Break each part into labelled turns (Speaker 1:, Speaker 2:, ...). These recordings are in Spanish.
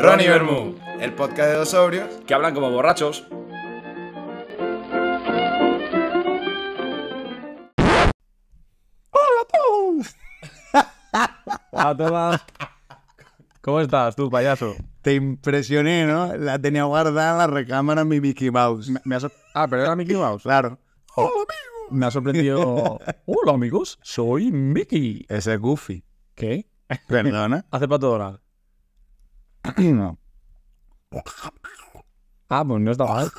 Speaker 1: Ronnie Bermú,
Speaker 2: el podcast de dos sobrios.
Speaker 1: que hablan como borrachos.
Speaker 3: A todas. ¿Cómo estás tú, payaso?
Speaker 2: Te impresioné, ¿no? La tenía guardada en la recámara mi Mickey Mouse.
Speaker 3: Me ha sor- Ah, pero era Mickey Mouse. Oh,
Speaker 2: Claro. Oh,
Speaker 3: Me ha sorprendido. Hola, amigos. Soy Mickey.
Speaker 2: Ese es Goofy.
Speaker 3: ¿Qué?
Speaker 2: Perdona.
Speaker 3: Hace pato Donald.
Speaker 2: No.
Speaker 3: Ah, pues no está mal.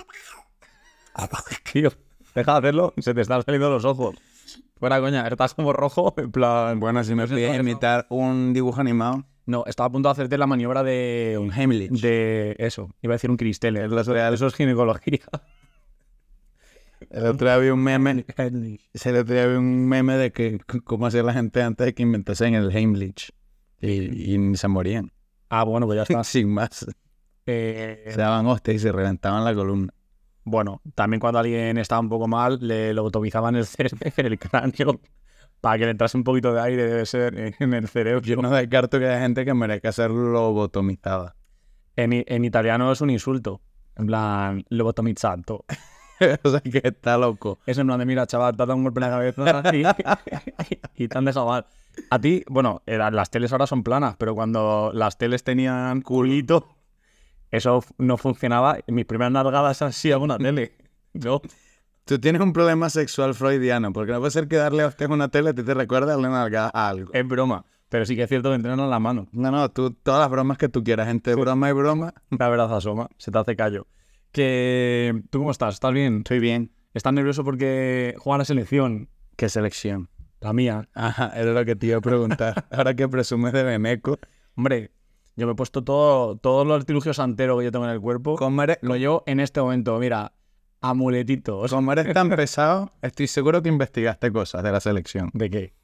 Speaker 3: Tío, deja de hacerlo. Se te están saliendo los ojos. Fuera, coña. Estás como rojo. En plan.
Speaker 2: Bueno, si me pides imitar un dibujo animado.
Speaker 3: No, estaba a punto de hacerte la maniobra de. Un
Speaker 2: Heimlich.
Speaker 3: De eso. Iba a decir un cristel. ¿eh? Eso es ginecología.
Speaker 2: El otro día vi un meme. El otro día vi un meme de que c- cómo hacía la gente antes de que inventasen el Heimlich. Y, y ni se morían.
Speaker 3: Ah, bueno, pues ya está.
Speaker 2: Sin más.
Speaker 3: Eh,
Speaker 2: Se daban hostias y se reventaban la columna.
Speaker 3: Bueno, también cuando alguien estaba un poco mal, le lobotomizaban el cerebro en el cráneo para que le entrase un poquito de aire, debe ser, en el cerebro.
Speaker 2: Yo no descarto que haya gente que merezca ser lobotomizada.
Speaker 3: En, i- en italiano es un insulto. En plan, lobotomizzato.
Speaker 2: o sea, que está loco.
Speaker 3: Es en plan de, mira, chaval, te has dado un golpe en la cabeza y, y te han dejado mal. A ti, bueno, era- las teles ahora son planas, pero cuando las teles tenían culito, eso f- no funcionaba. Mis primeras nalgadas han sido a una tele. ¿no?
Speaker 2: Tú tienes un problema sexual freudiano, porque no puede ser que darle a usted una tele a ti te recuerda darle una nalgada a algo.
Speaker 3: Es broma, pero sí que es cierto que entrenan las manos.
Speaker 2: No, no, tú todas las bromas que tú quieras, entre broma y broma.
Speaker 3: La verdad asoma, se te hace callo. Que tú cómo estás, ¿estás bien?
Speaker 2: Estoy bien.
Speaker 3: ¿Estás nervioso porque juega la selección?
Speaker 2: ¿Qué selección?
Speaker 3: La mía.
Speaker 2: Ajá, era lo que te iba a preguntar. Ahora que presumes de Beneco,
Speaker 3: Hombre, yo me he puesto todo, todos los artilugios santeros que yo tengo en el cuerpo.
Speaker 2: como eres,
Speaker 3: Lo llevo en este momento, mira, amuletitos.
Speaker 2: como eres tan pesado, estoy seguro que investigaste cosas de la selección.
Speaker 3: ¿De qué?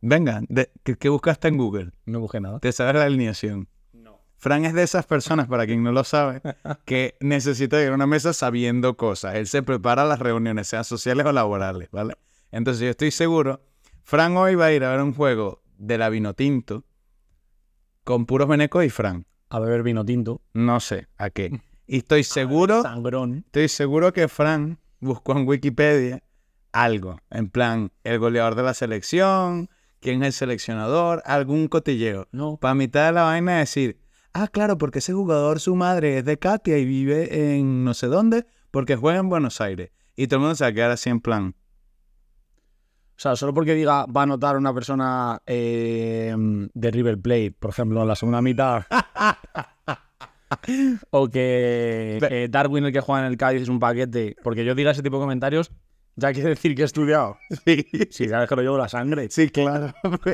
Speaker 2: Venga, de- ¿qué, qué buscaste en Google?
Speaker 3: No busqué nada.
Speaker 2: ¿Te sabes la alineación? No. Fran es de esas personas, para quien no lo sabe, que necesita ir a una mesa sabiendo cosas. Él se prepara a las reuniones, sean sociales o laborales, ¿vale? Entonces yo estoy seguro, Fran hoy va a ir a ver un juego de la Vinotinto con puros venecos y Fran.
Speaker 3: A beber vino tinto.
Speaker 2: No sé a qué. Y estoy seguro,
Speaker 3: Sangrón.
Speaker 2: estoy seguro que Fran buscó en Wikipedia algo, en plan, el goleador de la selección, quién es el seleccionador, algún cotilleo
Speaker 3: No.
Speaker 2: para mitad de la vaina decir, ah, claro, porque ese jugador, su madre es de Katia y vive en no sé dónde, porque juega en Buenos Aires. Y todo el mundo se va a quedar así en plan.
Speaker 3: O sea, solo porque diga va a anotar una persona eh, de River Plate, por ejemplo, en la segunda mitad. o que eh, Darwin, el que juega en el Cádiz, es un paquete. Porque yo diga ese tipo de comentarios, ya quiere decir que he estudiado.
Speaker 2: Sí,
Speaker 3: Si sabes que lo llevo la sangre.
Speaker 2: sí, claro.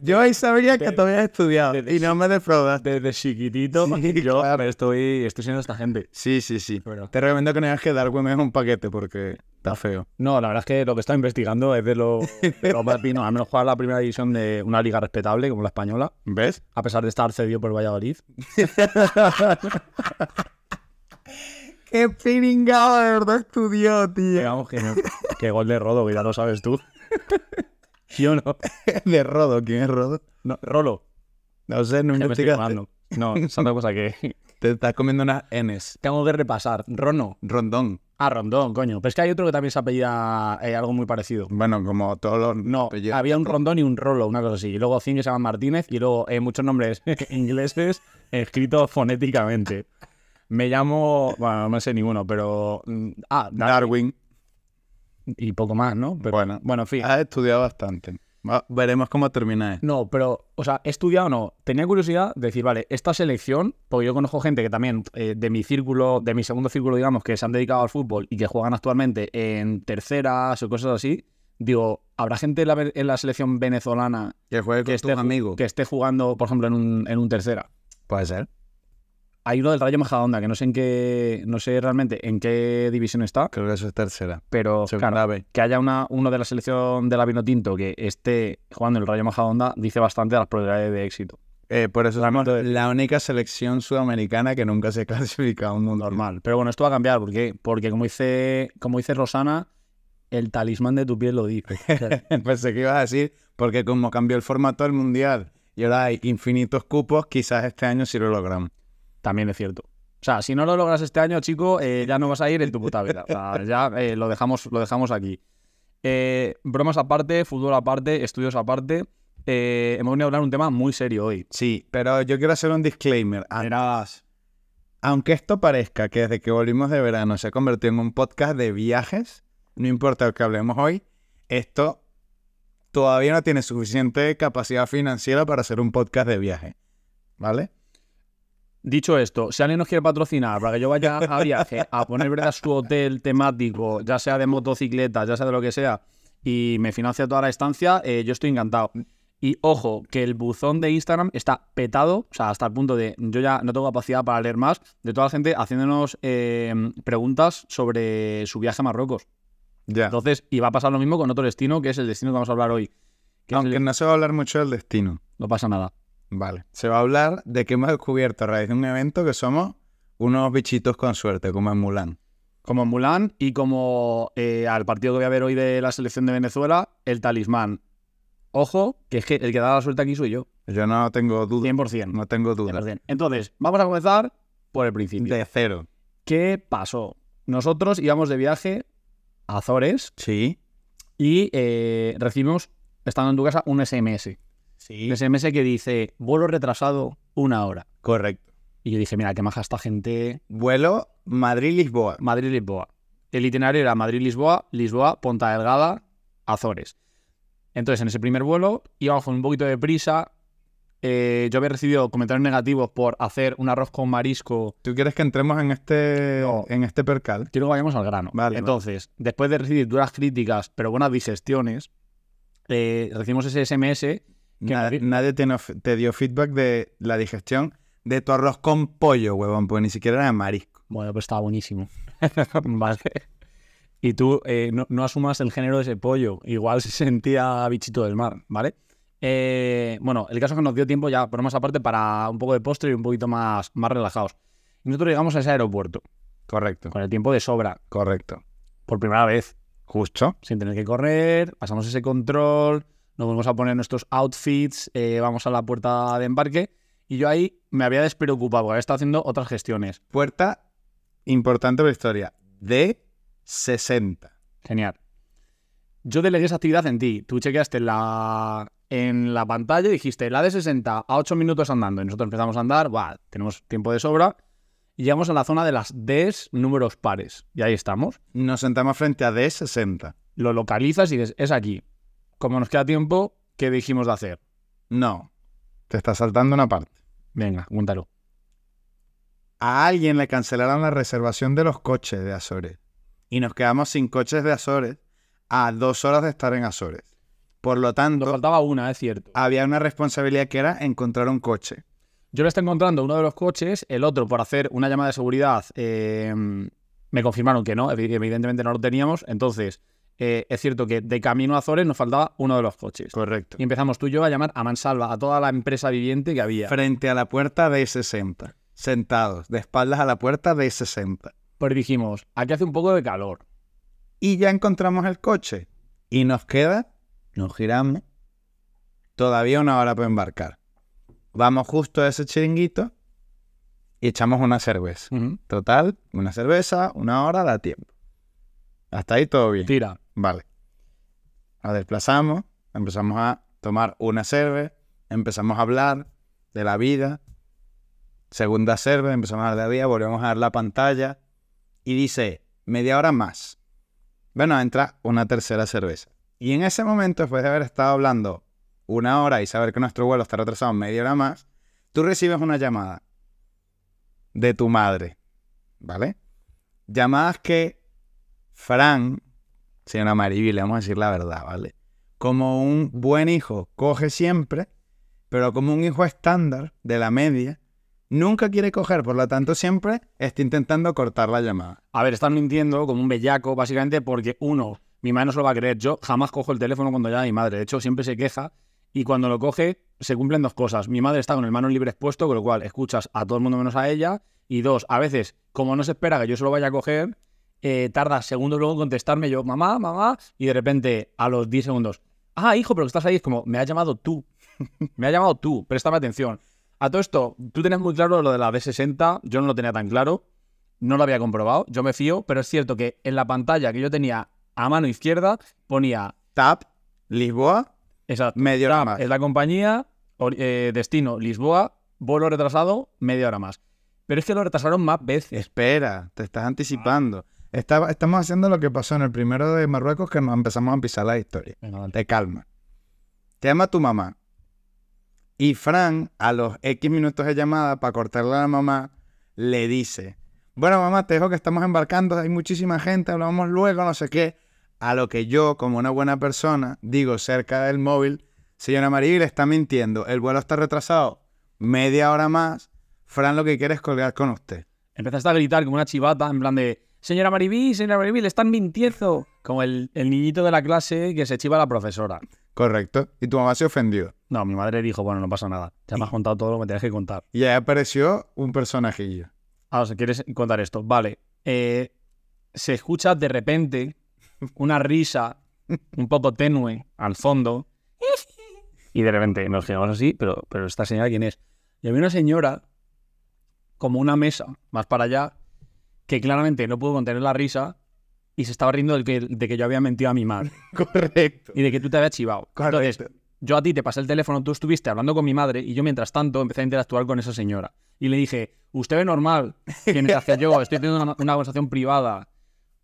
Speaker 2: Yo ahí sabía que tú habías estudiado
Speaker 3: de-
Speaker 2: y no me defraudaste.
Speaker 3: Desde chiquitito,
Speaker 2: Sí,
Speaker 3: yo
Speaker 2: claro.
Speaker 3: estoy, estoy siendo esta gente.
Speaker 2: Sí, sí, sí.
Speaker 3: Pero-
Speaker 2: Te recomiendo que no hagas que Darwin es un paquete porque está feo.
Speaker 3: No, la verdad es que lo que estaba investigando es de lo, de lo más fino. Al menos jugar la primera división de una liga respetable como la española,
Speaker 2: ¿Ves?
Speaker 3: a pesar de estar cedido por Valladolid.
Speaker 2: Qué piringado de verdad estudió, tío.
Speaker 3: Digamos que, no. que gol de Rodo, que ya lo sabes tú. ¿Sí o no?
Speaker 2: De Rodo, ¿quién es Rodo?
Speaker 3: No, Rolo,
Speaker 2: No sé, no
Speaker 3: ya me estoy
Speaker 2: investigaste.
Speaker 3: jugando. No, es otra cosa que
Speaker 2: Te estás comiendo unas Ns.
Speaker 3: tengo que repasar. Rono.
Speaker 2: Rondón.
Speaker 3: Ah, Rondón, coño. Pero es que hay otro que también se apellida eh, algo muy parecido.
Speaker 2: Bueno, como todos los.
Speaker 3: No,
Speaker 2: apellidos.
Speaker 3: había un Rondón y un Rolo, una cosa así. Y luego Cien que se llama Martínez y luego eh, muchos nombres ingleses escritos fonéticamente. Me llamo... Bueno, no sé ninguno, pero... mm, Ah, Dar-
Speaker 2: Darwin.
Speaker 3: y poco más, ¿no? Pero-
Speaker 2: Bueno. Ah.
Speaker 3: bueno, en fin.
Speaker 2: Ha estudiado bastante. Va- Veremos cómo termina esto.
Speaker 3: No, pero, o sea, he estudiado no. Tenía curiosidad de decir, vale, esta selección, porque yo conozco gente que también eh, de mi círculo, de mi segundo círculo, digamos, que se han dedicado al fútbol y que juegan actualmente en terceras o cosas así. Digo, ¿habrá gente en la, ve- en la selección venezolana
Speaker 2: Que juegue
Speaker 3: que esté, ju- que esté jugando, por ejemplo, en un, en un tercera?
Speaker 2: Puede ser.
Speaker 3: Hay uno del Rayo Majadahonda que no sé en qué, no sé realmente en qué división está,
Speaker 2: Creo que eso es tercera.
Speaker 3: pero
Speaker 2: Segunda
Speaker 3: claro,
Speaker 2: B.
Speaker 3: que haya una, uno de la selección de la Vinotinto que esté jugando en el Rayo Majadahonda dice bastante de las probabilidades de éxito.
Speaker 2: Eh, por eso
Speaker 3: Lamento
Speaker 2: somos la única selección sudamericana que nunca se ha clasificado a un mundo normal.
Speaker 3: Normal. Pero bueno, esto va a cambiar. ¿Por qué? Porque como dice, como dice Rosana, el talismán de tu piel lo dice.
Speaker 2: Pensé que ibas a decir, porque como cambió el formato del mundial y ahora hay infinitos cupos, quizás este año sí lo logramos.
Speaker 3: También es cierto. O sea, si no lo logras este año, chico, eh, ya no vas a ir en tu puta vida. O sea, ya eh, lo, dejamos, lo dejamos aquí. Eh, bromas aparte, fútbol aparte, estudios aparte. eh, hemos venido a hablar un tema muy serio hoy.
Speaker 2: Sí, pero yo quiero hacer un disclaimer. A- Aunque esto parezca que desde que volvimos de verano se ha convertido en un podcast de viajes, no importa lo que hablemos hoy, esto todavía no tiene suficiente capacidad financiera para ser un podcast de viaje. ¿Vale?
Speaker 3: Dicho esto, si alguien nos quiere patrocinar para que yo vaya a viaje, a poner verdad su hotel temático, ya sea de motocicleta, ya sea de lo que sea, y me financia toda la estancia, eh, yo estoy encantado. Y ojo, que el buzón de Instagram está petado, o sea, hasta el punto de yo ya no tengo capacidad para leer más, de toda la gente haciéndonos eh, preguntas sobre su viaje a Marruecos.
Speaker 2: Ya.
Speaker 3: Entonces, y va a pasar lo mismo con otro destino, que es el destino que vamos a hablar hoy. Que es el-
Speaker 2: Aunque no se va a hablar mucho del destino.
Speaker 3: No pasa nada.
Speaker 2: Vale. Se va a hablar de que hemos descubierto a raíz de un evento que somos unos bichitos con suerte, como en Mulan.
Speaker 3: Como en Mulan y como eh, al partido que voy a ver hoy de la selección de Venezuela, el talismán. Ojo, que es que el que da la suerte aquí soy yo.
Speaker 2: Yo no tengo duda.
Speaker 3: 100%.
Speaker 2: No tengo duda.
Speaker 3: 100%. Entonces, vamos a comenzar por el principio.
Speaker 2: De cero.
Speaker 3: ¿Qué pasó? Nosotros íbamos de viaje a Azores
Speaker 2: Sí.
Speaker 3: y eh, recibimos, estando en tu casa, un SMS.
Speaker 2: Sí.
Speaker 3: Un SMS que dice, vuelo retrasado una hora.
Speaker 2: Correcto.
Speaker 3: Y yo dije, mira, qué maja esta gente.
Speaker 2: Vuelo Madrid-Lisboa.
Speaker 3: Madrid-Lisboa. El itinerario era Madrid-Lisboa, Lisboa-Ponta Delgada, Azores. Entonces, en ese primer vuelo íbamos con un poquito de prisa. Eh, yo había recibido comentarios negativos por hacer un arroz con marisco.
Speaker 2: ¿Tú quieres que entremos en este,
Speaker 3: No.
Speaker 2: en este percal?
Speaker 3: Quiero que vayamos al grano.
Speaker 2: Vale, vale.
Speaker 3: Entonces, después de recibir duras críticas, pero buenas digestiones, eh, recibimos ese SMS. Que
Speaker 2: Nad-
Speaker 3: Madrid-
Speaker 2: nadie te, no- te dio feedback de la digestión de tu arroz con pollo, huevón, porque ni siquiera era de marisco.
Speaker 3: Bueno, pues estaba buenísimo. vale. Y tú eh, no, no asumas el género de ese pollo. Igual se sentía bichito del mar, ¿vale? Eh, bueno, el caso es que nos dio tiempo ya, por más aparte, para un poco de postre y un poquito más, más relajados. Y nosotros llegamos a ese aeropuerto
Speaker 2: Correcto.
Speaker 3: con el tiempo de sobra,
Speaker 2: Correcto.
Speaker 3: por primera vez,
Speaker 2: Justo.
Speaker 3: sin tener que correr, pasamos ese control, nos volvemos a poner nuestros outfits, eh, vamos a la puerta de embarque. Y yo ahí me había despreocupado, porque había estado haciendo otras gestiones.
Speaker 2: Puerta importante para la historia. De 60.
Speaker 3: Genial. Yo delegué esa actividad en ti. Tú chequeaste en la, en la pantalla y dijiste la de 60 a 8 minutos andando. Y nosotros empezamos a andar, va, tenemos tiempo de sobra. Y llegamos a la zona de las Ds números pares. Y ahí estamos.
Speaker 2: Nos sentamos frente a de 60.
Speaker 3: Lo localizas y dices, es aquí. Como nos queda tiempo, ¿qué dijimos de hacer?
Speaker 2: No. Te está saltando una parte.
Speaker 3: Venga, cuéntalo.
Speaker 2: a alguien le cancelaron la reservación de los coches de Azores. Y nos quedamos sin coches de Azores a dos horas de estar en Azores. Por lo
Speaker 3: Nos
Speaker 2: tanto,
Speaker 3: faltaba una, es cierto.
Speaker 2: había una responsabilidad que era encontrar un coche.
Speaker 3: Yo le estoy encontrando uno de los coches, el otro por hacer una llamada de seguridad. eh, me confirmaron que no, evi- evidentemente no lo teníamos. Entonces, eh, es cierto que de camino a Azores nos faltaba uno de los coches.
Speaker 2: Correcto.
Speaker 3: Y empezamos tú y yo a llamar a Mansalva, a toda la empresa viviente que había.
Speaker 2: Frente a la puerta de 60. Sentados, de espaldas a la puerta de 60.
Speaker 3: Pues dijimos, aquí hace un poco de calor.
Speaker 2: Y ya encontramos el coche. Y nos queda, nos giramos, todavía una hora para embarcar. Vamos justo a ese chiringuito y echamos una cerveza. Total, una cerveza, una hora, da tiempo. Hasta ahí todo bien.
Speaker 3: Tira.
Speaker 2: Vale. Nos desplazamos, empezamos a tomar una cerveza, empezamos a hablar de la vida. Segunda cerveza, empezamos a hablar de la vida, volvemos a ver la pantalla y dice, media hora más. Bueno, entra una tercera cerveza. Y en ese momento, después de haber estado hablando una hora y saber que nuestro vuelo está retrasado media hora más, tú recibes una llamada de tu madre, ¿vale? Llamadas que Fran, señora Mariby, le vamos a decir la verdad, ¿vale? Como un buen hijo coge siempre, pero como un hijo estándar de la media, nunca quiere coger, por lo tanto siempre está intentando cortar la llamada.
Speaker 3: A ver, están mintiendo como un bellaco, básicamente, porque uno, mi madre no se lo va a creer. Yo jamás cojo el teléfono cuando llama mi madre. De hecho, siempre se queja. Y cuando lo coge, se cumplen dos cosas. Mi madre está con el mano libre expuesto, con lo cual escuchas a todo el mundo menos a ella. Y dos, a veces, como no se espera que yo se lo vaya a coger, eh, tarda segundos luego en contestarme yo, mamá, mamá. Y de repente, a los 10 segundos, ah, hijo, pero que estás ahí, es como, me has llamado tú. me has llamado tú, préstame atención. A todo esto, tú tenías muy claro lo de la D60, yo no lo tenía tan claro, no lo había comprobado, yo me fío, pero es cierto que en la pantalla que yo tenía a mano izquierda ponía
Speaker 2: TAP, Lisboa,
Speaker 3: esa
Speaker 2: media hora más.
Speaker 3: es la compañía, ori- eh, destino Lisboa, vuelo retrasado, media hora más. Pero es que lo retrasaron más veces.
Speaker 2: Espera, te estás anticipando. Estaba- estamos haciendo lo que pasó en el primero de Marruecos que nos empezamos a pisar la historia. Te calma. Te llama tu mamá. Y Fran, a los X minutos de llamada, para cortarle a la mamá, le dice: Bueno, mamá, te dejo que estamos embarcando, hay muchísima gente, hablamos luego, no sé qué. A lo que yo, como una buena persona, digo cerca del móvil: Señora Maribel, está mintiendo, el vuelo está retrasado media hora más. Fran lo que quiere es colgar con usted.
Speaker 3: Empezaste a gritar como una chivata, en plan de Señora Maribí, señora Maribí, le están mintiendo. Como el, el niñito de la clase que se chiva a la profesora.
Speaker 2: Correcto. Y tu mamá se ofendió.
Speaker 3: No, mi madre dijo, bueno, no pasa nada. Ya me has contado todo lo que me tenías que contar.
Speaker 2: Y ahí apareció un personajillo.
Speaker 3: Ahora, si Ah, quieres contar esto, vale. Eh, se escucha de repente una risa un poco tenue al fondo. Y de repente nos quedamos así, pero, pero esta señora, ¿quién es? Y había una señora, como una mesa, más para allá, que claramente no pudo contener la risa y se estaba riendo de que, de que yo había mentido a mi madre
Speaker 2: Correcto.
Speaker 3: y de que tú te habías chivado. Entonces,
Speaker 2: Correcto.
Speaker 3: yo a ti te pasé el teléfono, tú estuviste hablando con mi madre y yo mientras tanto empecé a interactuar con esa señora. Y le dije, usted ve normal que mientras que yo estoy teniendo una, una conversación privada,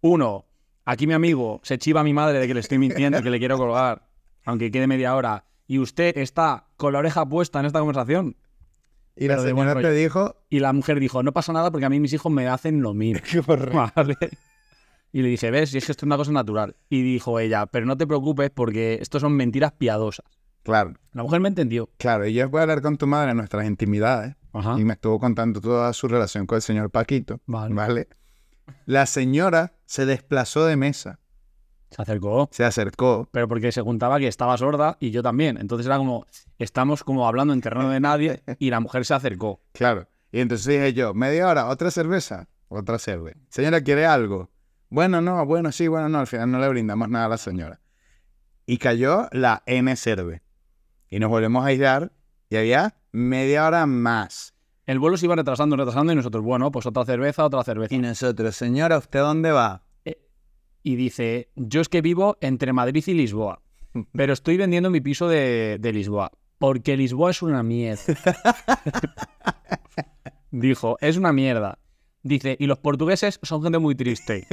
Speaker 3: uno, aquí mi amigo se chiva a mi madre de que le estoy mintiendo, que le quiero colgar, aunque quede media hora, y usted está con la oreja puesta en esta conversación.
Speaker 2: Y la
Speaker 3: Pero de buen
Speaker 2: señora te
Speaker 3: rollo.
Speaker 2: dijo,
Speaker 3: Y la mujer dijo, no pasa nada porque a mí mis hijos me hacen lo mismo.
Speaker 2: correcto.
Speaker 3: Vale. Y le dije, ves, y es que esto es una cosa natural. Y dijo ella, pero no te preocupes porque esto son mentiras piadosas.
Speaker 2: Claro,
Speaker 3: La mujer me entendió.
Speaker 2: claro. Y yo voy a hablar con tu madre en nuestras intimidades.
Speaker 3: Ajá.
Speaker 2: Y me estuvo contando toda su relación con el señor Paquito.
Speaker 3: Vale.
Speaker 2: ¿Vale? La señora se desplazó de mesa.
Speaker 3: Se acercó.
Speaker 2: Se acercó.
Speaker 3: Pero porque se juntaba que estaba sorda y yo también. Entonces era como, estamos como hablando en terreno de nadie y la mujer se acercó.
Speaker 2: Claro. Y entonces dije yo, media hora, otra cerveza, otra cerveza. Señora, ¿quiere algo? Bueno, no, bueno, sí, bueno, no. Al final no le brindamos nada a la señora. Y cayó la N cerve. Y nos volvemos a aislar y había media hora más.
Speaker 3: El vuelo se iba retrasando, retrasando y nosotros, bueno, pues otra cerveza, otra cerveza.
Speaker 2: nosotros, señora, ¿usted dónde va?
Speaker 3: Y dice, yo es que vivo entre Madrid y Lisboa, pero estoy vendiendo mi piso de, de Lisboa, porque Lisboa es una mierda. Dijo, es una mierda. Dice, y los portugueses son gente muy triste.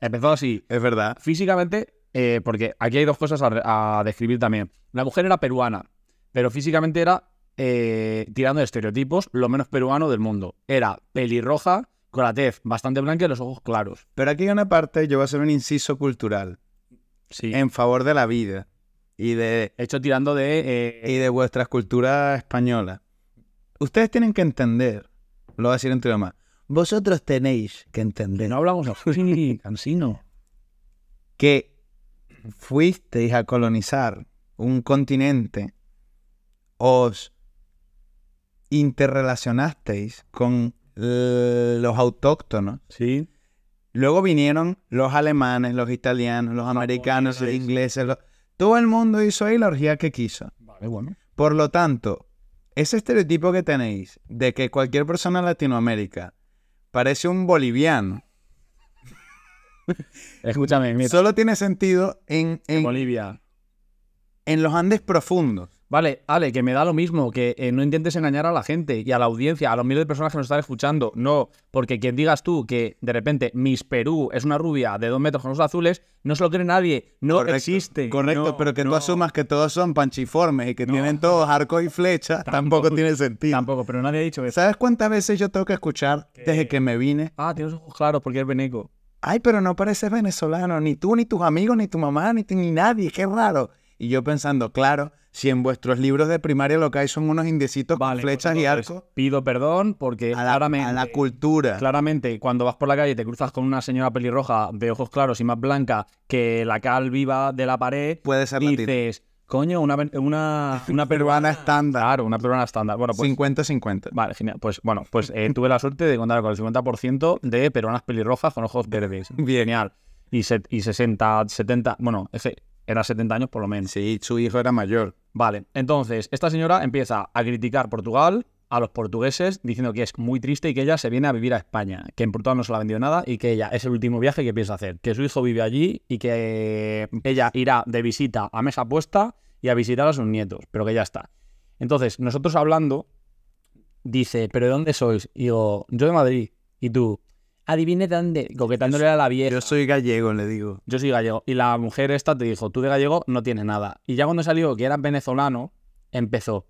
Speaker 3: Empezó así.
Speaker 2: Es verdad.
Speaker 3: físicamente, eh, porque aquí hay dos cosas a, re- a describir también. La mujer era peruana, pero físicamente era, eh, tirando de estereotipos, lo menos peruano del mundo. Era pelirroja, con la tez bastante blanca y los ojos claros.
Speaker 2: Pero aquí hay una parte, yo voy a hacer un inciso cultural
Speaker 3: Sí.
Speaker 2: en favor de la vida y de,
Speaker 3: Em, Hecho tirando de... eh,
Speaker 2: y de vuestras culturas españolas. Ustedes tienen que entender, lo voy a decir en tu idioma, vosotros tenéis que entender
Speaker 3: no hablamos así, cansino.
Speaker 2: que fuisteis a colonizar un continente, os interrelacionasteis con eh, los autóctonos
Speaker 3: Sí.
Speaker 2: Luego vinieron los alemanes, los italianos, los americanos, los ingleses. los- Todo el mundo hizo ahí la orgía que quiso.
Speaker 3: Vale, bueno.
Speaker 2: Por lo tanto, ese estereotipo que tenéis de que cualquier persona en Latinoamérica parece un boliviano,
Speaker 3: Escúchame, mira,
Speaker 2: solo tiene sentido en, en-
Speaker 3: Bolivia.
Speaker 2: en los Andes profundos.
Speaker 3: Vale, Ale, que me da lo mismo, que eh, no intentes engañar a la gente y a la audiencia, a los miles de personas que nos están escuchando. No, porque quien digas tú que de repente Miss Perú es una rubia de dos metros con los azules, no se lo cree nadie, no
Speaker 2: Correcto,
Speaker 3: existe.
Speaker 2: Correcto,
Speaker 3: No,
Speaker 2: pero que tú
Speaker 3: no,
Speaker 2: asumas que todos son panchiformes y que
Speaker 3: No.
Speaker 2: tienen todos arcos y flechas, tampoco, tiene sentido.
Speaker 3: Tampoco, pero nadie ha dicho eso.
Speaker 2: ¿Sabes cuántas veces yo tengo que escuchar desde que me vine?
Speaker 3: Ah, tienes ojos claros porque es veneco.
Speaker 2: Ay, pero no pareces venezolano, ni tú, ni tus amigos, ni tu mamá, ni, tú, ni nadie, qué raro. Y yo pensando, claro, si en vuestros libros de primaria lo que hay son unos indecitos con flechas y
Speaker 3: pues,
Speaker 2: arcos, eh,
Speaker 3: Pido perdón porque
Speaker 2: a la,
Speaker 3: ahora me...
Speaker 2: a la cultura.
Speaker 3: Claramente, cuando vas por la calle y te cruzas con una señora pelirroja de ojos claros y más blanca que la cal viva de la pared,
Speaker 2: Puede ser latina.
Speaker 3: dices, coño, una, ven- una,
Speaker 2: Peruana
Speaker 3: una peruana
Speaker 2: estándar,
Speaker 3: Claro, una peruana estándar. Bueno, pues.
Speaker 2: 50-50.
Speaker 3: Vale, genial. Pues bueno, pues eh, tuve la suerte de contar con el 50% de peruanas pelirrojas con ojos verdes.
Speaker 2: Bien.
Speaker 3: Genial. Y, se- y 60, 70, bueno, ese era 70 años por lo menos.
Speaker 2: Sí, su hijo era mayor.
Speaker 3: Vale, entonces, esta señora empieza a criticar Portugal, a los portugueses diciendo que es muy triste y que ella se viene a vivir a España, que en Portugal no se la ha vendido nada y que ella es el último viaje que piensa hacer, que su hijo vive allí y que ella irá de visita a mesa puesta y a visitar a sus nietos, pero que ya está. Entonces, nosotros hablando, dice, ¿pero de dónde sois? Y yo, yo de Madrid. Y tú, adivine de dónde, coquetándole a la vieja.
Speaker 2: Yo soy gallego, le digo.
Speaker 3: Yo soy gallego. Y la mujer esta te dijo, tú de gallego no tienes nada. Y ya cuando salió que eras venezolano, empezó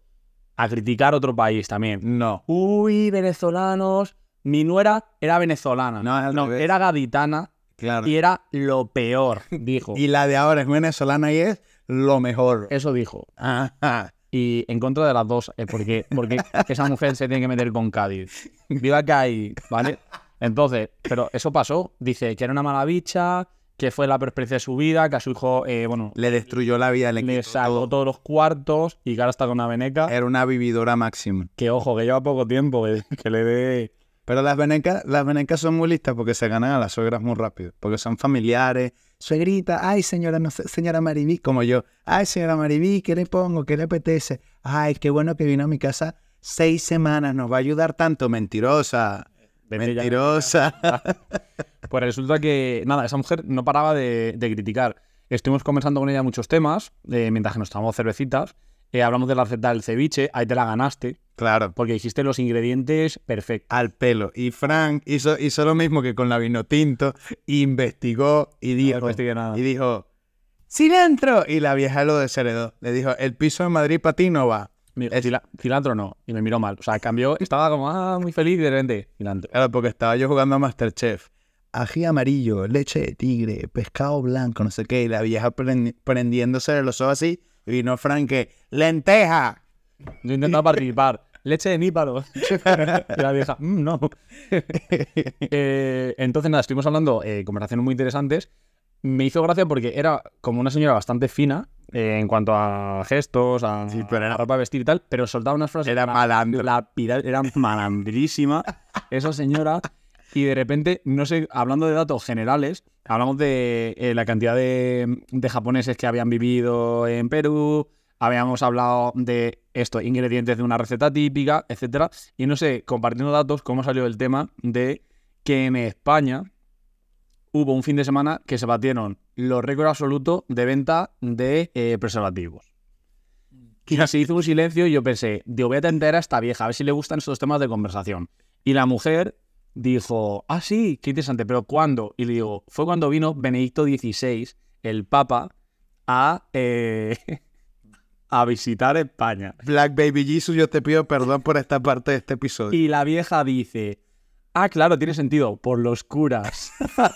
Speaker 3: a criticar otro país también.
Speaker 2: No.
Speaker 3: Uy, venezolanos. Mi nuera era venezolana.
Speaker 2: No, es al revés.
Speaker 3: era gaditana
Speaker 2: Claro.
Speaker 3: y
Speaker 2: Y,
Speaker 3: era lo peor, dijo.
Speaker 2: la de ahora es venezolana y es lo mejor.
Speaker 3: Eso dijo.
Speaker 2: Ajá.
Speaker 3: Y en contra de las dos, eh, porque, porque esa mujer se tiene que meter con Cádiz. Viva Cádiz, ¿vale? Entonces, pero eso pasó. Dice que era una mala bicha, que fue la peor experiencia de su vida, que a su hijo, eh, bueno,
Speaker 2: Le destruyó la vida, le,
Speaker 3: le
Speaker 2: quitó
Speaker 3: sacó
Speaker 2: todo. Eh,
Speaker 3: todos los cuartos y que ahora está con una veneca.
Speaker 2: Era una vividora máxima.
Speaker 3: Que ojo, que lleva poco tiempo, que, que le dé.
Speaker 2: Pero las venecas, las venecas son muy listas porque se ganan a las suegras muy rápido, porque son familiares. Suegrita, ay señora, no sé, señora Maribí, como yo, ay señora Maribí, ¿qué le pongo? ¿Qué le apetece? Ay, qué bueno que vino a mi casa seis semanas, nos va a ayudar tanto, mentirosa,
Speaker 3: Vete ya.
Speaker 2: mentirosa.
Speaker 3: Pues resulta que, nada, esa mujer no paraba de, de criticar. Estuvimos conversando con ella muchos temas, eh, mientras que nos tomamos cervecitas. Eh, hablamos de la receta del ceviche, ahí te la ganaste,
Speaker 2: claro,
Speaker 3: porque dijiste los ingredientes perfectos.
Speaker 2: al pelo. Y Frank hizo, hizo lo mismo que con la vino tinto, investigó y dijo,
Speaker 3: investigué nada.
Speaker 2: y dijo, cilantro. Y la vieja lo desheredó. Le dijo, el piso de Madrid para ti no va.
Speaker 3: Me dijo, "Cila- cilantro no, y me miró mal. O sea, cambió, estaba como, ah, muy feliz, y de repente, cilantro.
Speaker 2: Claro, porque estaba yo jugando a Masterchef. Ají amarillo, leche de tigre, pescado blanco, no sé qué. Y la vieja prendi- prendiéndose de los ojos así. Y vino Frank que, ¡lenteja!
Speaker 3: Yo intentaba participar. Leche de níparo. y la vieja, "Mm, no. Eh, entonces, nada, estuvimos hablando eh, conversaciones muy interesantes. Me hizo gracia porque era como una señora bastante fina eh, en cuanto a gestos, a,
Speaker 2: Sí, pero era-
Speaker 3: a ropa de vestir y tal, pero soltaba unas frases.
Speaker 2: Era malandro.
Speaker 3: lapida- era malandrísima esa señora. Y de repente, no sé, hablando de datos generales, hablamos de eh, la cantidad de, de japoneses que habían vivido en Perú, habíamos hablado de esto, ingredientes de una receta típica, etcétera. Y no sé, compartiendo datos, cómo salió el tema de que en España hubo un fin de semana que se batieron los récords absolutos de venta de eh, preservativos. Y se hizo un silencio y yo pensé, digo, voy a tender a esta vieja, a ver si le gustan estos temas de conversación. Y la mujer dijo, ah, sí, qué interesante, pero ¿cuándo? Y le digo, fue cuando vino Benedicto XVI, el Papa, a, eh, a visitar España.
Speaker 2: Black Baby Jesus, yo te pido perdón por esta parte de este episodio.
Speaker 3: Y la vieja dice, ah, claro, tiene sentido, por los curas.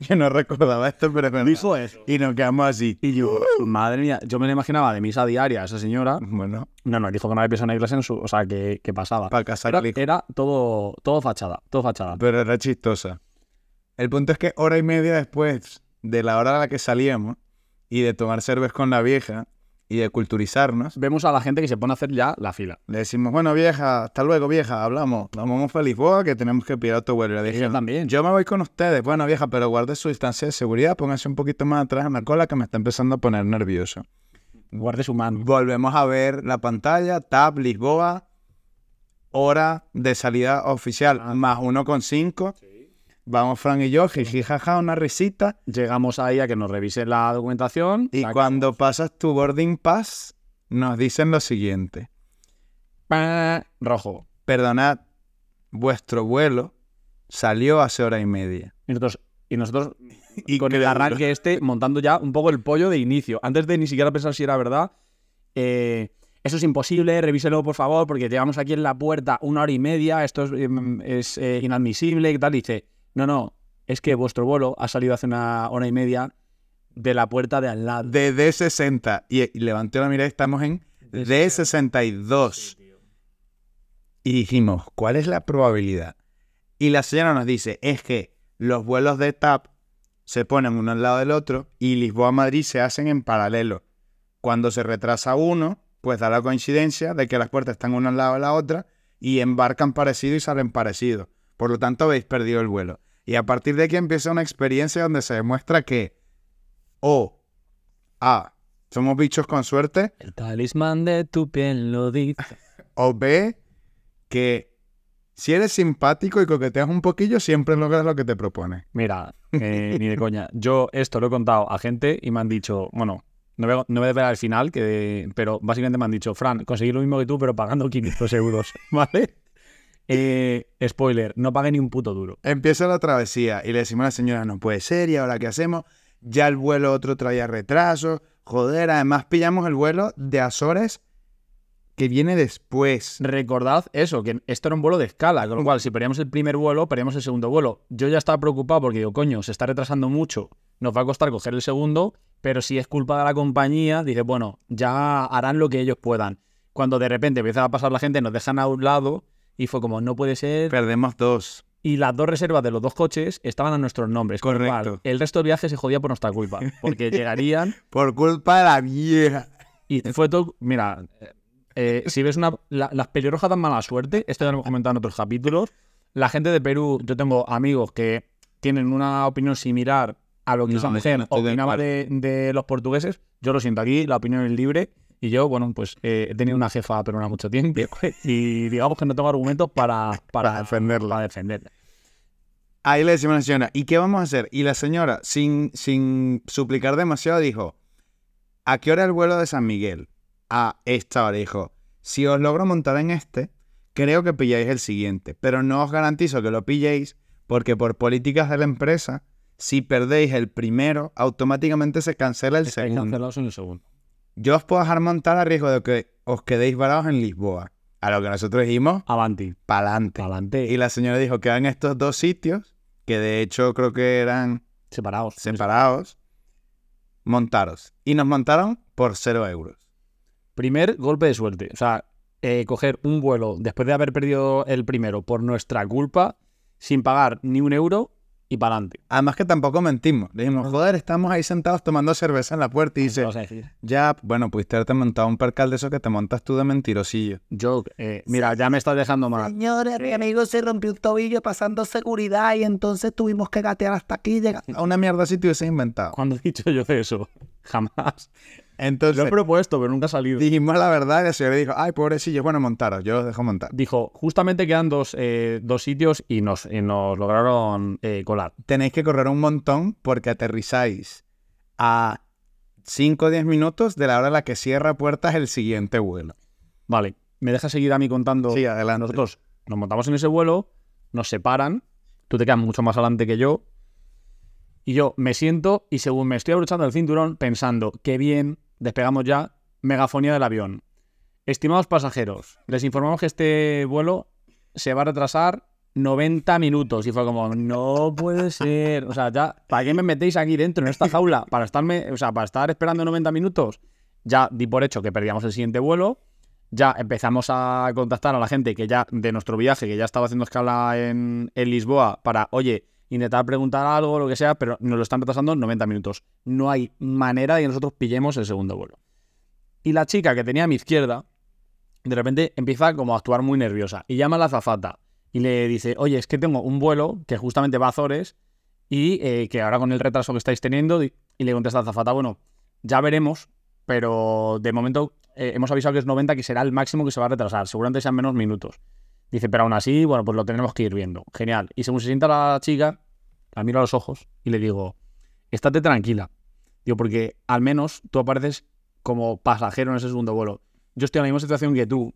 Speaker 2: Yo no recordaba esto, pero es verdad.
Speaker 3: Dijo eso.
Speaker 2: Y nos quedamos así.
Speaker 3: Y yo, madre mía, yo me la imaginaba de misa diaria a esa señora.
Speaker 2: Bueno,
Speaker 3: No, no, dijo que no había pisado una iglesia en su... O sea, que, que pasaba.
Speaker 2: para casar
Speaker 3: Era, era todo, todo fachada, todo fachada.
Speaker 2: Pero era chistosa. El punto es que hora y media después de la hora a la que salíamos y de tomar cerveza con la vieja y de culturizarnos,
Speaker 3: Vemos a la gente que se pone a hacer ya la fila.
Speaker 2: Le decimos, bueno, vieja, hasta luego, vieja, hablamos. Nos vamos para Lisboa que tenemos que pillar tu vuelo. Le dije,
Speaker 3: Ella también.
Speaker 2: yo me voy con ustedes. Bueno, vieja, pero guarde su distancia de seguridad, póngase un poquito más atrás en la cola que me está empezando a poner nervioso.
Speaker 3: Guarde su mano.
Speaker 2: Volvemos a ver la pantalla, tab, Lisboa, hora de salida oficial, más uno con cinco. Vamos, Fran y yo, jiji, jaja, una risita.
Speaker 3: Llegamos ahí a que nos revisen la documentación.
Speaker 2: Y
Speaker 3: La-
Speaker 2: cuando pasas tu boarding pass, nos dicen lo siguiente.
Speaker 3: Pa- Rojo.
Speaker 2: perdonad, vuestro vuelo salió hace hora y media.
Speaker 3: Y nosotros, y nosotros
Speaker 2: Y
Speaker 3: con el arranque este montando ya un poco el pollo de inicio. Antes de ni siquiera pensar si era verdad. eh, eso es imposible, revíselo por favor, porque llevamos aquí en la puerta una hora y media, esto es, em, es, eh, inadmisible y tal. Y dice, no, no, es que vuestro vuelo ha salido hace una hora y media de la puerta de al lado.
Speaker 2: De D60. Y, y levanté la mirada y estamos en D62. y dijimos, ¿cuál es la probabilidad? Y la señora nos dice, es que los vuelos de TAP se ponen uno al lado del otro y Lisboa-Madrid se hacen en paralelo. Cuando se retrasa uno, pues da la coincidencia de que las puertas están una al lado de la otra y embarcan parecido y salen parecido. Por lo tanto, habéis perdido el vuelo. Y a partir de aquí empieza una experiencia donde se demuestra que o A, somos bichos con suerte,
Speaker 3: El talismán de tu piel lo dice.
Speaker 2: O B, que si eres simpático y coqueteas un poquillo, siempre logras lo que te propones.
Speaker 3: Mira, eh, ni de coña. Yo esto lo he contado a gente y me han dicho, bueno, no voy, a- no voy a esperar al final, que, pero básicamente me han dicho, Fran, conseguí lo mismo que tú, pero pagando 500 euros, ¿vale? Eh, spoiler, no pagué ni un puto duro.
Speaker 2: Empieza la travesía y le decimos a la señora, no puede ser, ¿y ahora qué hacemos? Ya el vuelo otro traía retraso. Joder, además pillamos el vuelo de Azores que viene después.
Speaker 3: Recordad eso, que esto era un vuelo de escala, con lo cual si perdíamos el primer vuelo, perdíamos el segundo vuelo. Yo ya estaba preocupado porque digo, coño, se está retrasando mucho, nos va a costar coger el segundo, pero si es culpa de la compañía, dije, bueno, ya harán lo que ellos puedan. Cuando de repente empieza a pasar la gente, nos dejan a un lado y fue como, no puede ser.
Speaker 2: Perdemos dos.
Speaker 3: Y las dos reservas de los dos coches estaban a nuestros nombres. con lo cual,
Speaker 2: Correcto.
Speaker 3: el resto del viaje se jodía por nuestra culpa, porque llegarían
Speaker 2: Por culpa de la vieja.
Speaker 3: y fue todo. Mira, eh, si ves una, la- las pelirrojas dan mala suerte, esto ya lo hemos comentado en otros capítulos. La gente de Perú, yo tengo amigos que tienen una opinión similar a lo que
Speaker 2: No,
Speaker 3: esa
Speaker 2: de eso
Speaker 3: mujer
Speaker 2: no estoy de
Speaker 3: opinaba de, de los portugueses. Yo lo siento aquí, la opinión es libre. Y yo, bueno, pues eh, he tenido una jefa peruana mucho tiempo y digamos que no tengo argumentos para, para,
Speaker 2: Para defenderla.
Speaker 3: Para defenderla.
Speaker 2: Ahí le decimos a la señora, ¿y qué vamos a hacer? Y la señora, sin, sin suplicar demasiado, dijo, ¿a qué hora el vuelo de San Miguel? A esta hora, dijo, si os logro montar en este, creo que pilláis el siguiente, pero no os garantizo que lo pilléis, porque por políticas de la empresa, si perdéis el primero, automáticamente se cancela el
Speaker 3: Estáis
Speaker 2: segundo.
Speaker 3: cancelados en el segundo.
Speaker 2: Yo os puedo dejar montar a riesgo de que os quedéis varados en Lisboa. A lo que nosotros dijimos,
Speaker 3: Avanti.
Speaker 2: pa'lante.
Speaker 3: Adelante.
Speaker 2: Y la señora dijo que eran estos dos sitios, que de hecho creo que eran
Speaker 3: separados.
Speaker 2: separados, montaros. Y nos montaron por cero euros.
Speaker 3: Primer golpe de suerte. O sea, eh, coger un vuelo después de haber perdido el primero por nuestra culpa, sin pagar ni un euro y para adelante.
Speaker 2: Además que tampoco mentimos. Le dijimos, joder, estamos ahí sentados tomando cerveza en la puerta y dice, ya, bueno, pudiste haberte montado un percal de eso que te montas tú de mentirosillo.
Speaker 3: Yo, eh, mira, ya me estás dejando mal.
Speaker 4: Señores, mi amigo se rompió un tobillo pasando seguridad y entonces tuvimos que gatear hasta aquí. Llega...
Speaker 2: A una mierda si te hubieses inventado.
Speaker 3: ¿Cuándo he dicho yo eso? Jamás. Lo
Speaker 2: Entonces
Speaker 3: he propuesto, pero nunca ha salido.
Speaker 2: dijimos la verdad y la señora dijo, ay, pobrecillo, bueno, montaros, yo os dejo montar.
Speaker 3: Dijo, justamente quedan dos, eh, dos sitios y nos, y nos lograron eh, colar.
Speaker 2: tenéis que correr un montón porque aterrizáis a 5 o 10 minutos de la hora a la que cierra puertas el siguiente vuelo.
Speaker 3: Vale, ¿me dejas seguir a mí contando?
Speaker 2: Sí, adelante.
Speaker 3: Nosotros nos montamos en ese vuelo, nos separan, tú te quedas mucho más adelante que yo, y yo me siento y según me estoy abrochando el cinturón pensando, qué bien, despegamos ya, megafonía del avión. Estimados pasajeros, les informamos que este vuelo se va a retrasar 90 minutos. Y fue como, no puede ser. O sea, ya, ¿para qué me metéis aquí dentro, en esta jaula? Para estarme, o sea, para estar esperando 90 minutos. Ya di por hecho que perdíamos el siguiente vuelo. Ya empezamos a contactar a la gente que ya, de nuestro viaje, que ya estaba haciendo escala en, en Lisboa, para, oye, intentar preguntar algo, lo que sea, pero nos lo están retrasando 90 minutos. No hay manera de que nosotros pillemos el segundo vuelo. Y la chica que tenía a mi izquierda, de repente empieza como a actuar muy nerviosa y llama a la azafata y le dice, oye, es que tengo un vuelo que justamente va a Azores y eh, que ahora con el retraso que estáis teniendo, di- y le contesta la azafata, bueno, ya veremos, pero de momento eh, hemos avisado que es 90, que será el máximo que se va a retrasar, seguramente sean menos minutos. Dice, pero aún así, bueno, pues lo tenemos que ir viendo. Genial. Y según se sienta la chica, la miro a los ojos y le digo, estate tranquila. Digo, porque al menos tú apareces como pasajero en ese segundo vuelo. Yo estoy en la misma situación que tú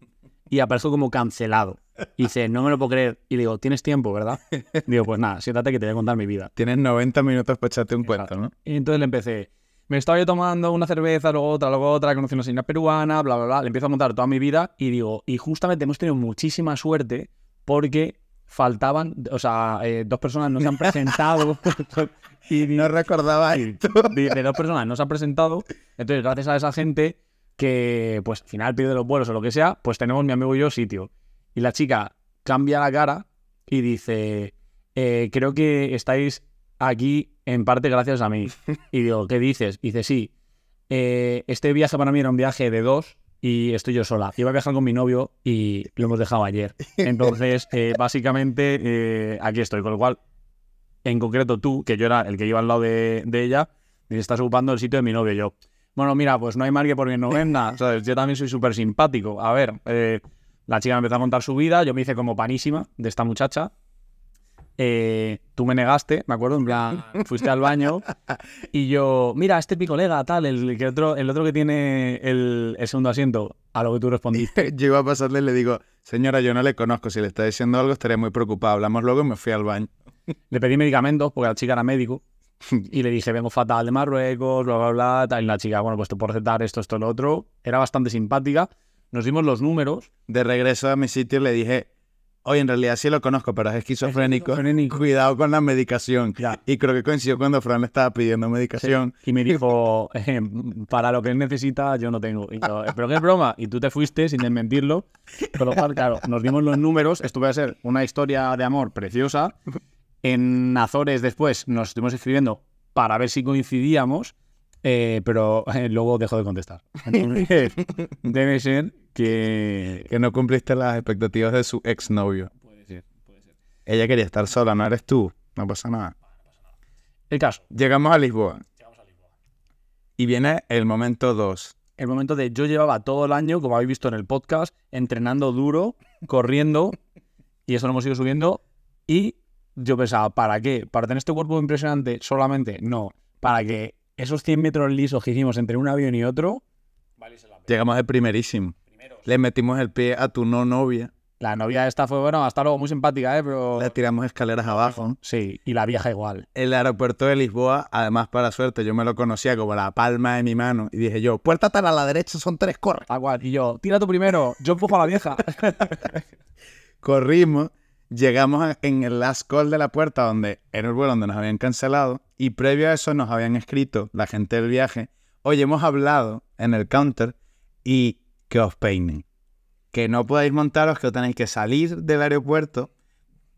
Speaker 3: y aparezco como cancelado. Y dice, no me lo puedo creer. Y le digo, tienes tiempo, ¿verdad? Digo, pues nada, siéntate que te voy a contar mi vida.
Speaker 2: Tienes 90 minutos para echarte un cuento, ¿no?
Speaker 3: Y entonces le empecé. Me estaba yo tomando una cerveza, luego otra, luego otra, conocí una señora peruana, bla, bla, bla. Le empiezo a contar toda mi vida y digo, y justamente hemos tenido muchísima suerte porque faltaban, o sea, eh, dos personas no se han presentado. y
Speaker 2: No recordaba esto.
Speaker 3: de, de dos personas no se ha presentado. Entonces, gracias a esa gente que, pues, al final pide los vuelos o lo que sea, pues tenemos mi amigo y yo sitio. Y la chica cambia la cara y dice, eh, creo que estáis aquí en parte gracias a mí. Y digo, ¿qué dices? Y dice, sí, eh, este viaje para mí era un viaje de dos y estoy yo sola. Iba a viajar con mi novio y lo hemos dejado ayer. Entonces, eh, básicamente, eh, aquí estoy. Con lo cual, en concreto tú, que yo era el que iba al lado de, de ella, y estás ocupando el sitio de mi novio y yo. Bueno, mira, pues no hay mal que por bien no venga, ¿sabes? Yo también soy súper simpático. A ver, eh, La chica me empezó a contar su vida, yo me hice como panísima de esta muchacha. Eh, tú me negaste, me acuerdo, en plan, fuiste al baño y yo, mira, este es mi colega, tal, el, que otro, el otro que tiene el, el segundo asiento, a lo que tú respondiste.
Speaker 2: Yo iba a pasarle y le digo, señora, yo no le conozco. Si le está diciendo algo, estaré muy preocupado. Hablamos luego y me fui al baño.
Speaker 3: Le pedí medicamentos porque la chica era médico y le dije, vengo fatal de Marruecos, bla, bla, bla. Tal. Y la chica, bueno, pues tú por recetar esto, esto, lo otro. Era bastante simpática. Nos dimos los números.
Speaker 2: De regreso a mi sitio le dije, oye, en realidad sí lo conozco, pero es esquizofrénico. Cuidado con la medicación.
Speaker 3: Ya.
Speaker 2: Y creo que coincidió cuando Fran le estaba pidiendo medicación.
Speaker 3: Y me dijo, "Eh, para lo que él necesita, yo no tengo. Y yo, "Eh, pero qué broma. Y tú te fuiste sin desmentirlo. Con lo cual, claro, nos dimos los números. Esto va a ser una historia de amor preciosa. En Azores después nos estuvimos escribiendo para ver si coincidíamos, eh, pero eh, luego dejó de contestar. Entonces, debe ser que...
Speaker 2: Que no cumpliste las expectativas de su exnovio. Ella quería estar sola, no eres tú. No pasa nada.
Speaker 3: El caso,
Speaker 2: Llegamos a Lisboa. Y viene el momento 2.
Speaker 3: el momento de yo llevaba todo el año, como habéis visto en el podcast, entrenando duro, corriendo, y eso lo hemos ido subiendo. Y yo pensaba, ¿para qué? ¿Para tener este cuerpo impresionante solamente? No, para que esos 100 metros lisos que hicimos entre un avión y otro,
Speaker 2: Llegamos de primerísimo. Le metimos el pie a tu no novia.
Speaker 3: la novia esta fue, bueno, hasta luego, muy simpática, ¿eh? Pero...
Speaker 2: La tiramos escaleras abajo.
Speaker 3: Sí, y la vieja igual.
Speaker 2: El aeropuerto de Lisboa, además, para suerte, yo me lo conocía como la palma de mi mano. Y dije yo, puerta tal a la derecha, son tres, corre.
Speaker 3: Tal cual. Y yo, tira tú primero, yo empujo a la vieja.
Speaker 2: Corrimos, llegamos a- en el last call de la puerta, donde era el vuelo donde nos habían cancelado. Y previo a eso nos habían escrito la gente del viaje, oye, hemos hablado en el counter y que os peinen. Que no podéis montaros, que tenéis que salir del aeropuerto,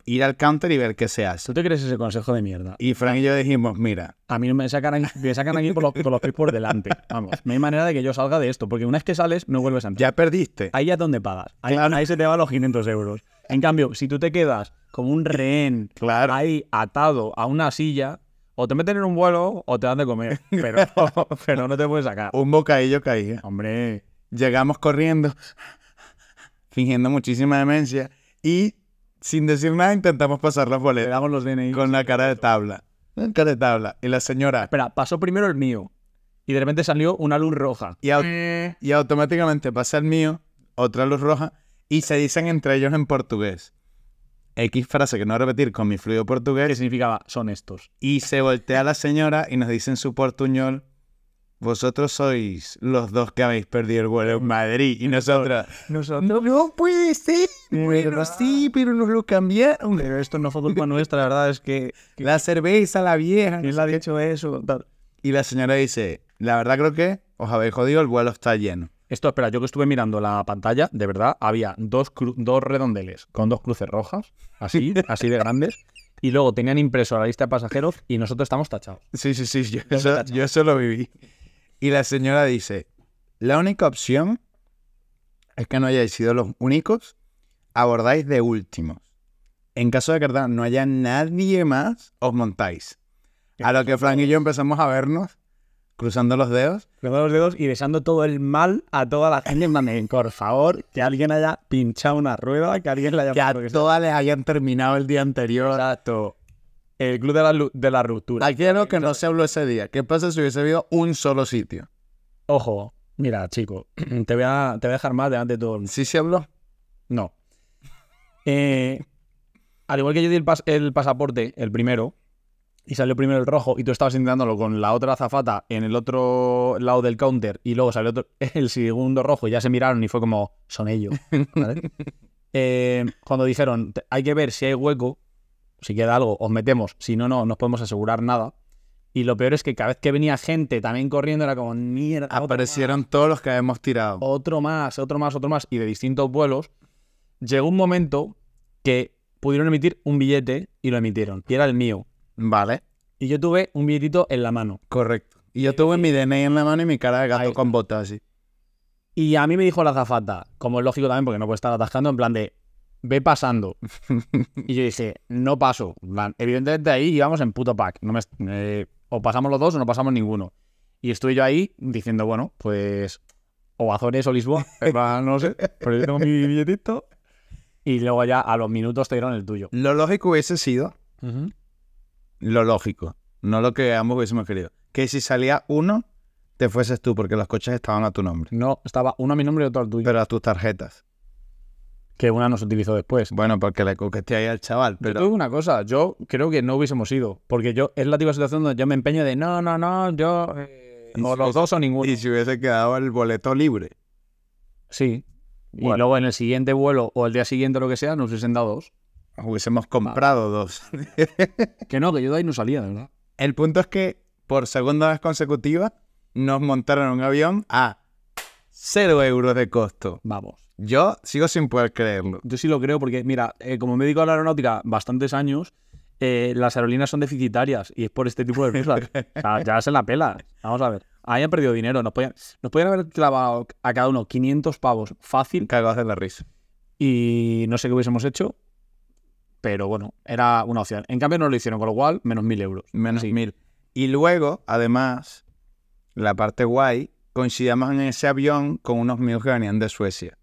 Speaker 2: ir al counter y ver qué se hace.
Speaker 3: ¿Tú te crees ese consejo de mierda?
Speaker 2: Y Frank y yo dijimos, mira,
Speaker 3: A mí no me sacan, me sacan aquí por los, por los pies por delante. Vamos, no hay manera de que yo salga de esto, porque una vez que sales, no vuelves a entrar.
Speaker 2: ya perdiste.
Speaker 3: Ahí es donde pagas. Ahí, ahí se te van los 500 euros. En cambio, si tú te quedas como un rehén
Speaker 2: Claro.
Speaker 3: ahí atado a una silla, o te meten en un vuelo o te dan de comer. Pero, pero no te puedes sacar.
Speaker 2: Un bocadillo caía.
Speaker 3: Hombre,
Speaker 2: Llegamos corriendo, fingiendo muchísima demencia y sin decir nada intentamos pasar los
Speaker 3: te
Speaker 2: boletos
Speaker 3: damos los DNI.
Speaker 2: con la cara de tabla. Con Cara de tabla. Y la señora.
Speaker 3: Espera, pasó primero el mío. Y de repente salió una luz roja.
Speaker 2: Y, au-
Speaker 3: Eh.
Speaker 2: y automáticamente pasa el mío, otra luz roja, y se dicen entre ellos en portugués. X frase que no voy a repetir con mi fluido
Speaker 3: Que
Speaker 2: portugués.
Speaker 3: significaba, son estos.
Speaker 2: Y se voltea la señora y nos dice en su portuñol. Vosotros sois los dos que habéis perdido el vuelo en Madrid y nosotros.
Speaker 3: Nosotros.
Speaker 2: No puede ser. Bueno, sí, pues. pero nos lo cambiaron.
Speaker 3: Pero esto no fue culpa nuestra, la verdad es que.
Speaker 2: La cerveza, la vieja.
Speaker 3: ¿Quién le ha dicho eso? Tal.
Speaker 2: Y la señora dice, la verdad creo que os habéis jodido, el vuelo está lleno.
Speaker 3: Esto, espera, yo que estuve mirando la pantalla, de verdad, había dos, cru- dos redondeles con dos cruces rojas, así, así de grandes, y luego tenían impreso la lista de pasajeros y nosotros estamos tachados.
Speaker 2: Sí, sí, sí, yo eso, yo eso lo viví. Y la señora dice, la única opción es que no hayáis sido los únicos, abordáis de últimos. En caso de que verdad, no haya nadie más, os montáis. A lo que Frank y yo empezamos a vernos, cruzando los dedos,
Speaker 3: Cruzando los dedos y besando todo el mal a toda la gente. en plan de, Por favor, que alguien haya pinchado una rueda, que alguien la haya...
Speaker 2: que a
Speaker 3: lo que sea".
Speaker 2: todas les hayan terminado el día anterior.
Speaker 3: Exacto. El club de la, lu- de la ruptura.
Speaker 2: Aquí hay algo que no se habló ese día. ¿Qué pasa si hubiese habido un solo sitio?
Speaker 3: Ojo, mira, chico, te voy a, te voy a dejar más delante de todo el mundo.
Speaker 2: Sí se habló.
Speaker 3: No. Eh, al igual que yo di el, pas- el pasaporte, el primero, y salió primero el rojo, y tú estabas intentándolo con la otra azafata en el otro lado del counter, y luego salió otro- el segundo rojo, y ya se miraron y fue como, son ellos. ¿vale? Eh, cuando dijeron, "Te- hay que ver si hay hueco, si queda algo, os metemos, si no, no, no os podemos asegurar nada. Y lo peor es que cada vez que venía gente también corriendo era como, mierda. otro más"
Speaker 2: Aparecieron todos los que habíamos tirado.
Speaker 3: otro más, otro más, otro más, y de distintos vuelos, llegó un momento que pudieron emitir un billete y lo emitieron, y era el mío.
Speaker 2: Vale,
Speaker 3: Y yo tuve un billetito en la mano.
Speaker 2: correcto. Y yo tuve mi DNI en la mano y mi cara de
Speaker 3: Ahí
Speaker 2: gato
Speaker 3: está.
Speaker 2: con botas así.
Speaker 3: Y a mí me dijo la azafata, como es lógico también, porque no puede estar atascando, en plan de, ve pasando. y yo dije, no paso. En plan, Evidentemente ahí íbamos en puto pack. No me, eh, o pasamos los dos o no pasamos ninguno. Y estuve yo ahí diciendo, bueno, pues o Azores o Lisboa, en plan, no sé, pero yo tengo mi billetito. Y luego ya a los minutos te dieron el tuyo.
Speaker 2: Lo lógico hubiese sido, lo lógico, no lo que ambos hubiésemos querido, que si salía uno, te fueses tú, porque los coches estaban a tu nombre,
Speaker 3: No, estaba uno a mi nombre y otro al tuyo.
Speaker 2: pero a tus tarjetas.
Speaker 3: que una nos utilizó después.
Speaker 2: Bueno, porque le coqueteé ahí al chaval,
Speaker 3: Pero
Speaker 2: pero...
Speaker 3: te digo una cosa, yo creo que no hubiésemos ido, porque yo es la típica situación donde yo me empeño de no, no, no, yo eh,
Speaker 2: Y
Speaker 3: o
Speaker 2: si-
Speaker 3: los dos o ninguno.
Speaker 2: Y si hubiese quedado el boleto libre.
Speaker 3: sí. Y
Speaker 2: Bueno.
Speaker 3: luego en el siguiente vuelo o el día siguiente o lo que sea, nos hubiesen dado dos.
Speaker 2: Hubiésemos comprado dos.
Speaker 3: Que no, que yo de ahí no salía, de verdad.
Speaker 2: El punto es que por segunda vez consecutiva nos montaron en un avión a cero euros de costo.
Speaker 3: Vamos.
Speaker 2: Yo sigo sin poder creerlo.
Speaker 3: Yo sí lo creo porque, mira, eh, como médico de la aeronáutica bastantes años, eh, las aerolíneas son deficitarias y es por este tipo de cosas. o sea, ya se la pela. Vamos a ver. Ahí han perdido dinero. Nos podían, nos podían haber clavado a cada uno 500 pavos fácil
Speaker 2: Cagados de la risa.
Speaker 3: y no sé qué hubiésemos hecho, pero bueno, era una opción. En cambio no lo hicieron, con lo cual, menos mil euros.
Speaker 2: Menos
Speaker 3: Sí.
Speaker 2: mil. Y luego, además, la parte guay, coincidíamos en ese avión con unos míos que venían de Suecia.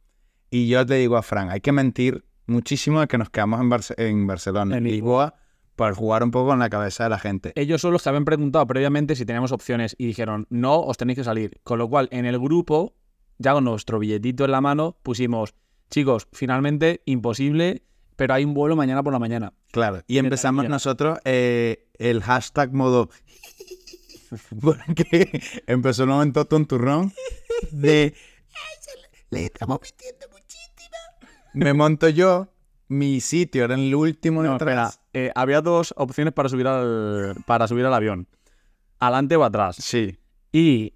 Speaker 2: Y yo le digo a Fran, hay que mentir muchísimo de que nos quedamos en, Barce- en Barcelona,
Speaker 3: En
Speaker 2: en Lisboa, para jugar un poco con la cabeza de la gente.
Speaker 3: Ellos solo se habían preguntado previamente si teníamos opciones y dijeron, no, os tenéis que salir. Con lo cual, en el grupo, ya con nuestro billetito en la mano, pusimos, chicos, finalmente imposible, pero hay un vuelo mañana por la mañana.
Speaker 2: Claro, y empezamos
Speaker 3: taquilla.
Speaker 2: nosotros eh, el hashtag modo. Porque empezó un momento tonturrón de. Le estamos metiendo muchísima. Me monto yo, mi sitio era el último de
Speaker 3: No, espera,
Speaker 2: atrás.
Speaker 3: eh, había dos opciones para subir al, para subir al avión. Adelante o atrás.
Speaker 2: Sí,
Speaker 3: Y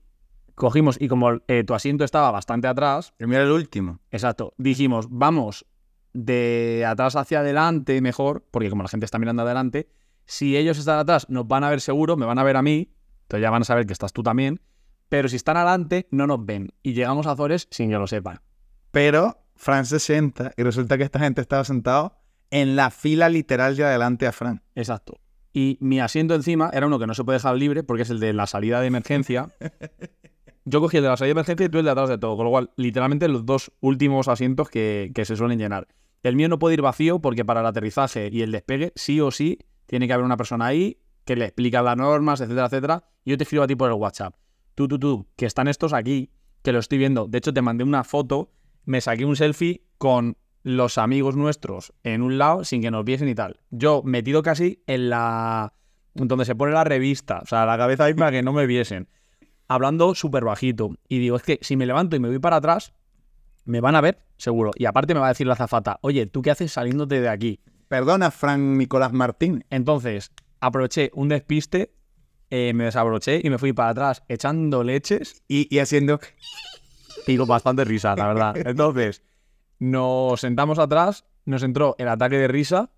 Speaker 3: cogimos, y como eh, tu asiento estaba bastante atrás,
Speaker 2: el mío era el último.
Speaker 3: Exacto. Dijimos, vamos de atrás hacia adelante mejor, porque como la gente está mirando adelante, si ellos están atrás nos van a ver seguro, me van a ver a mí, entonces ya van a saber que estás tú también, pero si están adelante no nos ven y llegamos a Azores sin que lo sepan.
Speaker 2: Pero Fran se sienta y resulta que esta gente estaba sentado en la fila literal de adelante a Fran.
Speaker 3: Exacto. Y mi asiento encima era uno que no se puede dejar libre porque es el de la salida de emergencia. Yo cogí el de la salida de emergencia y tú el de atrás de todo, con lo cual literalmente los dos últimos asientos que, que se suelen llenar. El mío no puede ir vacío porque para el aterrizaje y el despegue sí o sí tiene que haber una persona ahí que le explica las normas, etcétera, etcétera. Y yo te escribo a ti por el WhatsApp. Tú, tú, tú, que están estos aquí, que lo estoy viendo. De hecho, te mandé una foto, me saqué un selfie con los amigos nuestros en un lado sin que nos viesen y tal. Yo metido casi en la... donde se pone la revista, o sea, la cabeza ahí para que no me viesen. Hablando súper bajito. Y digo, es que si me levanto y me voy para atrás, me van a ver, seguro. Y aparte me va a decir la azafata, oye, ¿tú qué haces saliéndote de aquí?
Speaker 2: Perdona, Fran Nicolás Martín.
Speaker 3: Entonces, aproveché un despiste, eh, me desabroché y me fui para atrás echando leches
Speaker 2: Y, y haciendo.
Speaker 3: y con bastante risa, la verdad. Entonces, nos sentamos atrás, nos entró el ataque de risa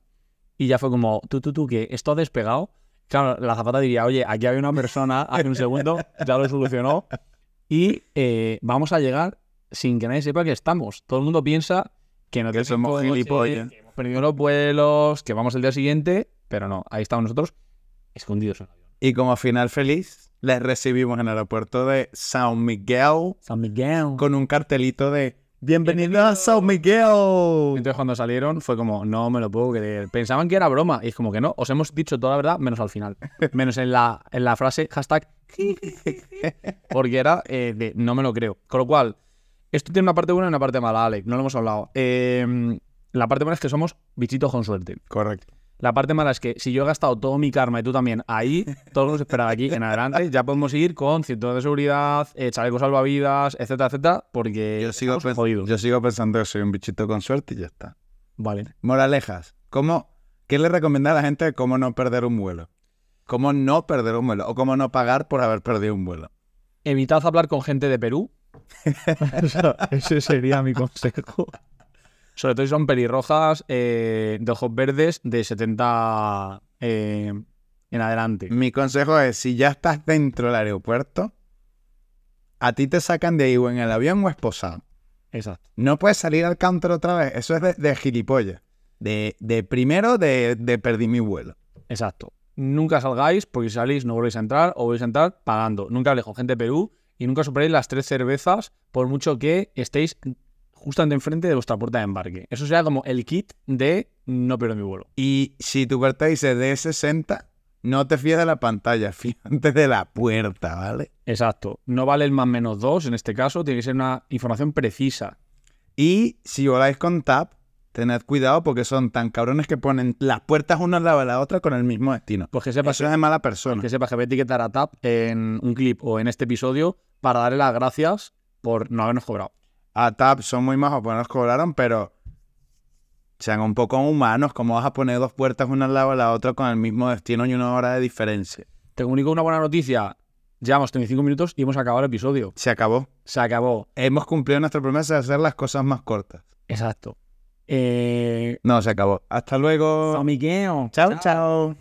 Speaker 3: y ya fue como, tú, tú, tú, que esto ha despegado. Claro, la zapata diría, oye, aquí había una persona hace un segundo, ya lo solucionó y eh, vamos a llegar sin que nadie sepa que estamos. Todo el mundo piensa que no
Speaker 2: Que
Speaker 3: tenemos
Speaker 2: somos
Speaker 3: coche,
Speaker 2: gilipollas.
Speaker 3: que hemos perdido los vuelos, que vamos el día siguiente, pero no, ahí estamos nosotros escondidos en el avión.
Speaker 2: Y como final feliz, les recibimos en el aeropuerto de San Miguel
Speaker 3: San Miguel.
Speaker 2: con un cartelito de Bienvenido a San Miguel.
Speaker 3: Entonces cuando salieron fue como, no me lo puedo creer. Pensaban que era broma y es como que no, os hemos dicho toda la verdad menos al final. Menos en la, en la frase hashtag porque era eh, de no me lo creo. Con lo cual, esto tiene una parte buena y una parte mala, Alec, no lo hemos hablado. Eh, la parte buena es que somos bichitos con suerte.
Speaker 2: Correcto.
Speaker 3: La parte mala es que si yo he gastado todo mi karma y tú también ahí, todos nos esperaba aquí en adelante, ya podemos ir con cinturones de seguridad, eh, chalecos salvavidas, etcétera, etcétera, porque
Speaker 2: Eh, Yo sigo,
Speaker 3: estamos
Speaker 2: pens-
Speaker 3: jodidos.
Speaker 2: yo sigo pensando que soy un bichito con suerte y ya está.
Speaker 3: Vale.
Speaker 2: Moralejas, ¿cómo, ¿qué le recomienda a la gente de cómo no perder un vuelo? ¿Cómo no perder un vuelo? ¿O cómo no pagar por haber perdido un vuelo?
Speaker 3: evitad hablar con gente de Perú. O sea, ese sería mi consejo. Sobre todo si son pelirrojas, eh, de ojos verdes, de 70 eh, en adelante.
Speaker 2: Mi consejo es, si ya estás dentro del aeropuerto, a ti te sacan de ahí o en el avión o esposado.
Speaker 3: Exacto.
Speaker 2: No puedes salir al counter otra vez. Eso es de, de gilipollas. De, de primero de, de perdí mi vuelo.
Speaker 3: Exacto. Nunca salgáis, porque si salís no volvéis a entrar o volvéis a entrar pagando. Nunca hablé con gente de Perú y nunca superéis las tres cervezas, por mucho que estéis justamente enfrente de vuestra puerta de embarque. Eso sería como el kit de no pierdo mi vuelo.
Speaker 2: Y si tu puerta dice D60, no te fíes de la pantalla, fíjate de la puerta, ¿vale?
Speaker 3: Exacto. No vale el más menos dos en este caso, tiene que ser una información precisa.
Speaker 2: Y si voláis con TAP, tened cuidado porque son tan cabrones que ponen las puertas una al lado de la otra con el mismo destino.
Speaker 3: Pues que
Speaker 2: Eso
Speaker 3: sepas,
Speaker 2: es de mala persona.
Speaker 3: que sepas que voy a etiquetar a TAP en un clip o en este episodio para darle las gracias por no habernos cobrado.
Speaker 2: A TAP son muy majos, pues nos cobraron, pero sean un poco humanos. ¿Cómo vas a poner dos puertas una al lado de la otra con el mismo destino y una hora de diferencia?
Speaker 3: Te comunico una buena noticia. Llevamos 35 minutos y hemos acabado el episodio.
Speaker 2: Se acabó.
Speaker 3: Se acabó.
Speaker 2: Hemos cumplido nuestra promesa de hacer las cosas más cortas.
Speaker 3: Exacto. Eh,
Speaker 2: No, se acabó. Hasta luego.
Speaker 3: amigueo.
Speaker 2: chao.